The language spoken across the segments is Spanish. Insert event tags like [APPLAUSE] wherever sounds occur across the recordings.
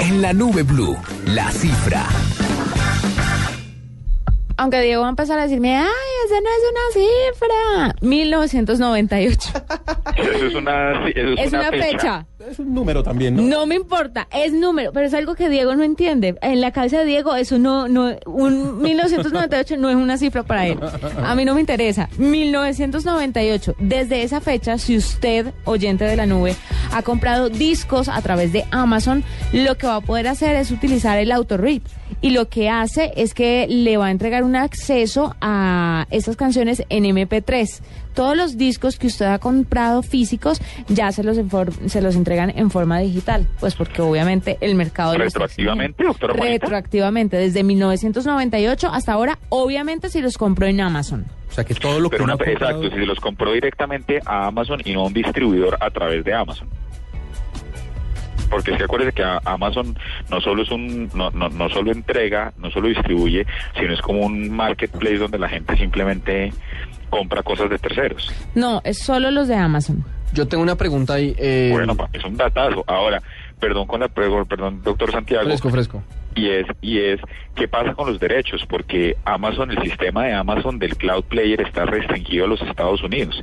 En la nube blue, la cifra. Aunque Diego va a empezar a decirme, ay, esa no es una cifra. 1998. Eso es una, eso es es una fecha. Es un número también, ¿no? No me importa, es número, pero es algo que Diego no entiende. En la cabeza de Diego, eso no, no, un [LAUGHS] 1998 no es una cifra para él. A mí no me interesa. 1998, desde esa fecha, si usted, oyente de la nube, ha comprado discos a través de Amazon, lo que va a poder hacer es utilizar el autorip. Y lo que hace es que le va a entregar un acceso a estas canciones en MP3. Todos los discos que usted ha comprado físicos ya se los, enfor- se los entregan en forma digital, pues porque obviamente el mercado... lo está ¿Retroactivamente, exigiendo. doctora Juanita? Retroactivamente, desde 1998 hasta ahora, obviamente si los compró en Amazon. O sea, que todo lo que Pero uno una, ha comprado- exacto, si se los compró directamente a Amazon y no a un distribuidor a través de Amazon. Porque es que acuérdese que a- Amazon no solo es un, no, no, no solo entrega, no solo distribuye, sino es como un marketplace donde la gente simplemente compra cosas de terceros. No, es solo los de Amazon. Yo tengo una pregunta ahí. Eh, Bueno, pa, es un datazo. Ahora, perdón con la pre- perdón, doctor Santiago, fresco, fresco. y es, y es qué pasa con los derechos, porque Amazon, el sistema de Amazon del Cloud Player está restringido a los Estados Unidos.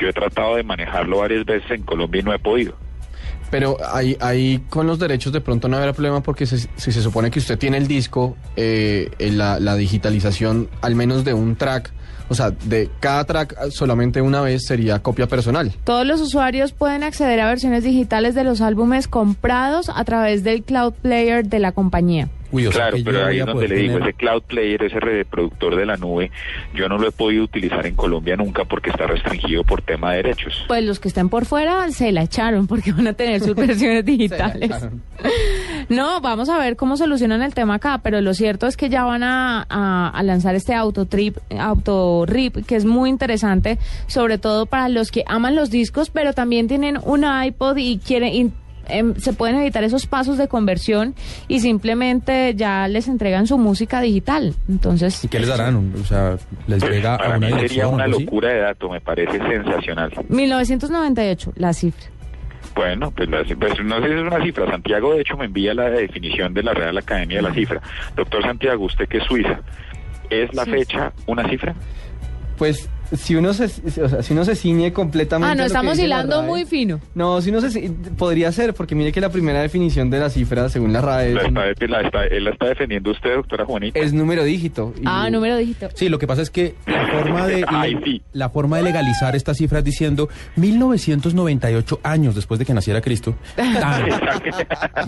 Yo he tratado de manejarlo varias veces en Colombia y no he podido. Pero ahí, ahí con los derechos de pronto no habrá problema porque se- si se supone que usted tiene el disco, eh, en la, la digitalización al menos de un track, o sea, de cada track ah, solamente una vez sería copia personal. Todos los usuarios pueden acceder a versiones digitales de los álbumes comprados a través del cloud player de la compañía. Uy, o sea, claro, que yo pero ahí voy es a donde poder le digo, tener- ese Cloud Player, ese reproductor de la nube, yo no lo he podido utilizar en Colombia nunca porque está restringido por tema de derechos. Pues los que están por fuera se la echaron porque van a [LAUGHS] tener sus versiones digitales. No, vamos a ver cómo solucionan el tema acá, pero lo cierto es que ya van a, a- a lanzar este autotrip, autorip, que es muy interesante, sobre todo para los que aman los discos, pero también tienen un iPod y quieren y, em, se pueden evitar esos pasos de conversión y simplemente ya les entregan su música digital. Entonces, ¿Y qué les darán? O sea, les llega a Para una mí sería dirección. o una algo así? locura de dato, me parece sensacional. 1998, la cifra. Bueno, pues, la, pues no sé si es una cifra. Santiago, de hecho, me envía la definición de la Real Academia de la Cifra. Doctor Santiago, usted que es suiza, ¿es la Sí. fecha una cifra? Pues si uno se, o sea, si uno se ciñe completamente. Ah, no, a lo que estamos dice la ¿eh? hilando RAE. muy fino. No, si uno se ci- podría ser, porque mire que la primera definición de la cifra, según la RAE, La es, está, la está- él la está defendiendo usted, doctora Juanita. [LAUGHS] es número dígito. y- Ah, número dígito. Sí, lo que pasa es que la forma de, [LAUGHS] Ay, sí. la forma de legalizar esta cifra es diciendo 1998 años después de que naciera [LAUGHS] Cristo. Tan.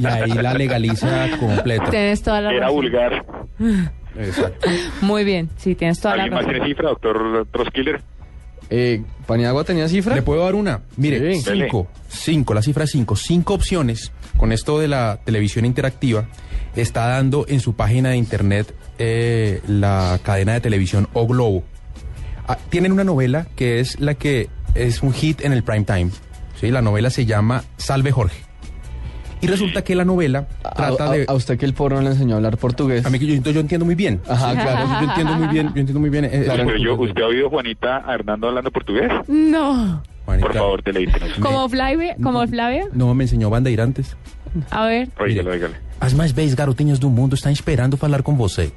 y ahí la legaliza completa. Tienes toda la Era razón. vulgar. Exacto. Muy bien, sí, tienes toda la ¿Alguien más razón. tiene cifra, doctor Troskiller? Eh, ¿Paniagua tenía cifra? ¿Le puedo dar una? Mire, Sí. cinco, cinco, la cifra cinco, cinco opciones con esto de la televisión interactiva está dando en su página de internet eh, la cadena de televisión O Globo. Ah, tienen una novela que es la que es un hit en el prime time. ¿sí? La novela se llama Salve Jorge. Y resulta que la novela A, trata a- de... a usted que el porno le enseñó a hablar portugués. A mí que yo, yo entiendo muy bien. Ajá, claro. Yo entiendo muy bien, yo entiendo muy bien. eh, Claro. Pero eh, Pues yo, ¿Usted ha oído, Juanita, a Hernando hablando portugués? No. Juanita, Por favor, deleítenos. Me- ¿Como Flavio? ¿Como Flavio? No, me enseñó bandeirantes. A ver. Oígalo, Mire. oígalo. As mais belas garotinhas do mundo estão esperando falar com você.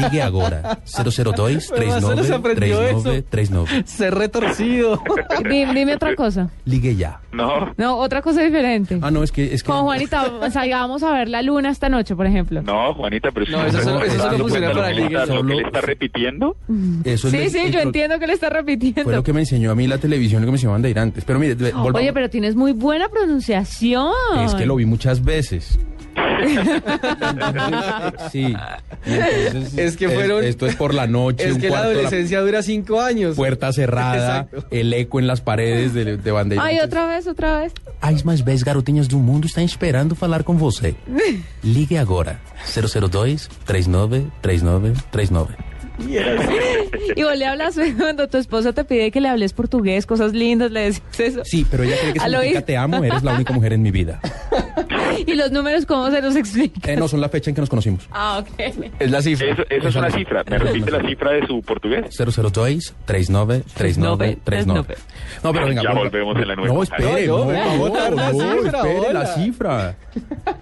Ligue [LAUGHS] agora. 002 Marcelo se 39 aprendió 39 39. Se [LAUGHS] retorcido. di- Dime, otra cosa. Ligue ya. No, No, otra cosa diferente. Ah, no, es que... Es que Como Juanita, salgamos a ver la luna esta noche, por ejemplo. no, Juanita, pero No, eso solo- eso solo cuéntalo, funciona cuéntalo, para ¿qué le ligue, está- lo que solo- le está repitiendo? Eso es sí, lo- sí, es yo lo- entiendo que le está Fue repitiendo. lo que me enseñó a mí la televisión, lo que me enseñó Bandeirantes. Pero mire, ve- volvamos. Oye, pero tienes muy buena pronunciación. Es que lo vi muchas [LAUGHS] veces. sí. Y entonces, Es que fueron- esto es por la noche, es un que la cuarto, la adolescencia dura cinco años. puerta cerrada, Exacto. el eco en las paredes de, de Bandeirantes. Ay, otra vez, otra vez. As mais belas garotinhas do mundo estão esperando falar com [LAUGHS] você. Ligue agora. 002 39 39 39. Y vos le hablas [LAUGHS] cuando tu esposa te pide que le hables portugués, cosas lindas, le dices eso. Sí, pero ella cree que Al significa oír. [LAUGHS] te amo, eres la única mujer en mi vida. ¿Y los números cómo se los explica? Eh, no, son la fecha en Eh, que nos conocimos. Ah, ok. Es la cifra. Eso, eso es una cifra. ¿Me repite la cifra de su portugués? 002 39 39 39. No, pero venga. Ya vuelva. volvemos en la nube. No, espere, No, no, no, por venga, favor, votar la no, cifra, espere la hola. cifra.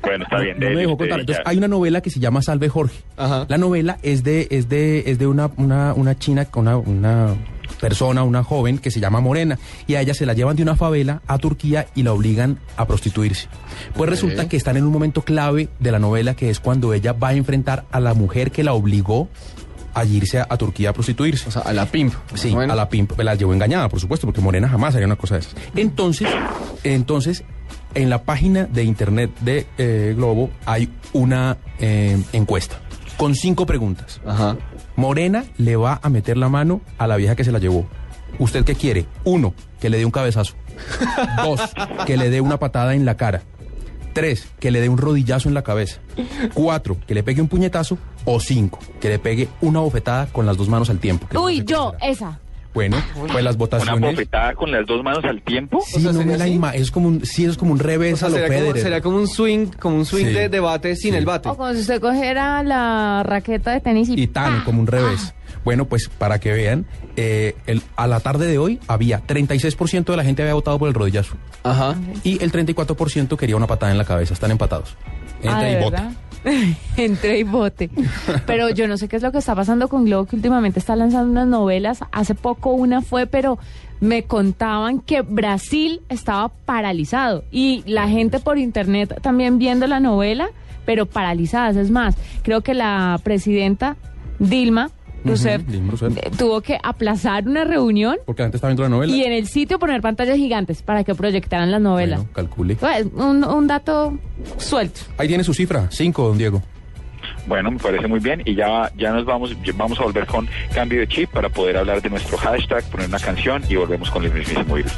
Bueno, está bien. No me Deli, dejó usted contar. ya. Entonces, hay una novela que se llama Salve Jorge. Ajá. La novela es de, es de, es de una, una, una china, una, una persona, una joven que se llama Morena. Y a ella se la llevan de una favela a Turquía y la obligan a prostituirse. Pues resulta que están en un momento clave de la novela que es cuando ella va a enfrentar a la mujer que la obligó a irse a, a Turquía a prostituirse. O sea, a la pimp. Pues Sí, Bueno. a la pimp la llevó engañada, por supuesto, porque Morena jamás haría una cosa de esas. Entonces, entonces en la página de internet de eh, Globo hay una eh, encuesta con cinco preguntas. Ajá. Morena le va a meter la mano a la vieja que se la llevó. ¿Usted qué quiere? Uno, que le dé un cabezazo. Dos, que le dé una patada en la cara. Tres, que le dé un rodillazo en la cabeza. Cuatro, que le pegue un puñetazo. O cinco, que le pegue una bofetada con las dos manos al tiempo. que no Uy, sé yo, cuál será. esa. Bueno, pues las ¿Una votaciones. bofetada con las dos manos al tiempo? Sí, O sea, no ¿sería me la así? ima- es como un, sí, es como un revés O sea, a lo será, como, Federer. será como un swing, como un swing Sí. de, de bate sin Sí. el bate. O como si usted cogiera la raqueta de tenis y... y tan, ¡pa! como un revés. Bueno, pues para que vean, eh, el- a la tarde de hoy había 36% de la gente había votado por el rodillazo Ajá. y el 34% quería una patada en la cabeza. Están empatados. Ah, Entra ¿de y verdad? [LAUGHS] vota. Entré y bote. Pero yo no sé qué es lo que está pasando con Globo, que últimamente está lanzando unas novelas. Hace poco una fue, pero me contaban que Brasil estaba paralizado. Y la gente por internet también viendo la novela, pero paralizadas. Es más, creo que la presidenta Dilma Rousseff Ujú, Dilma Rousseff. eh, tuvo que aplazar una reunión Porque antes estaba viendo la novela. y en el sitio poner pantallas gigantes para que proyectaran la novela. Bueno, calcule. Pues, un, un dato suelto. Ahí tiene su cifra, 5, don Diego. Bueno, me parece muy bien y ya, ya nos vamos, ya vamos a volver con cambio de chip para poder hablar de nuestro hashtag, poner una canción y volvemos con el mismísimo virus.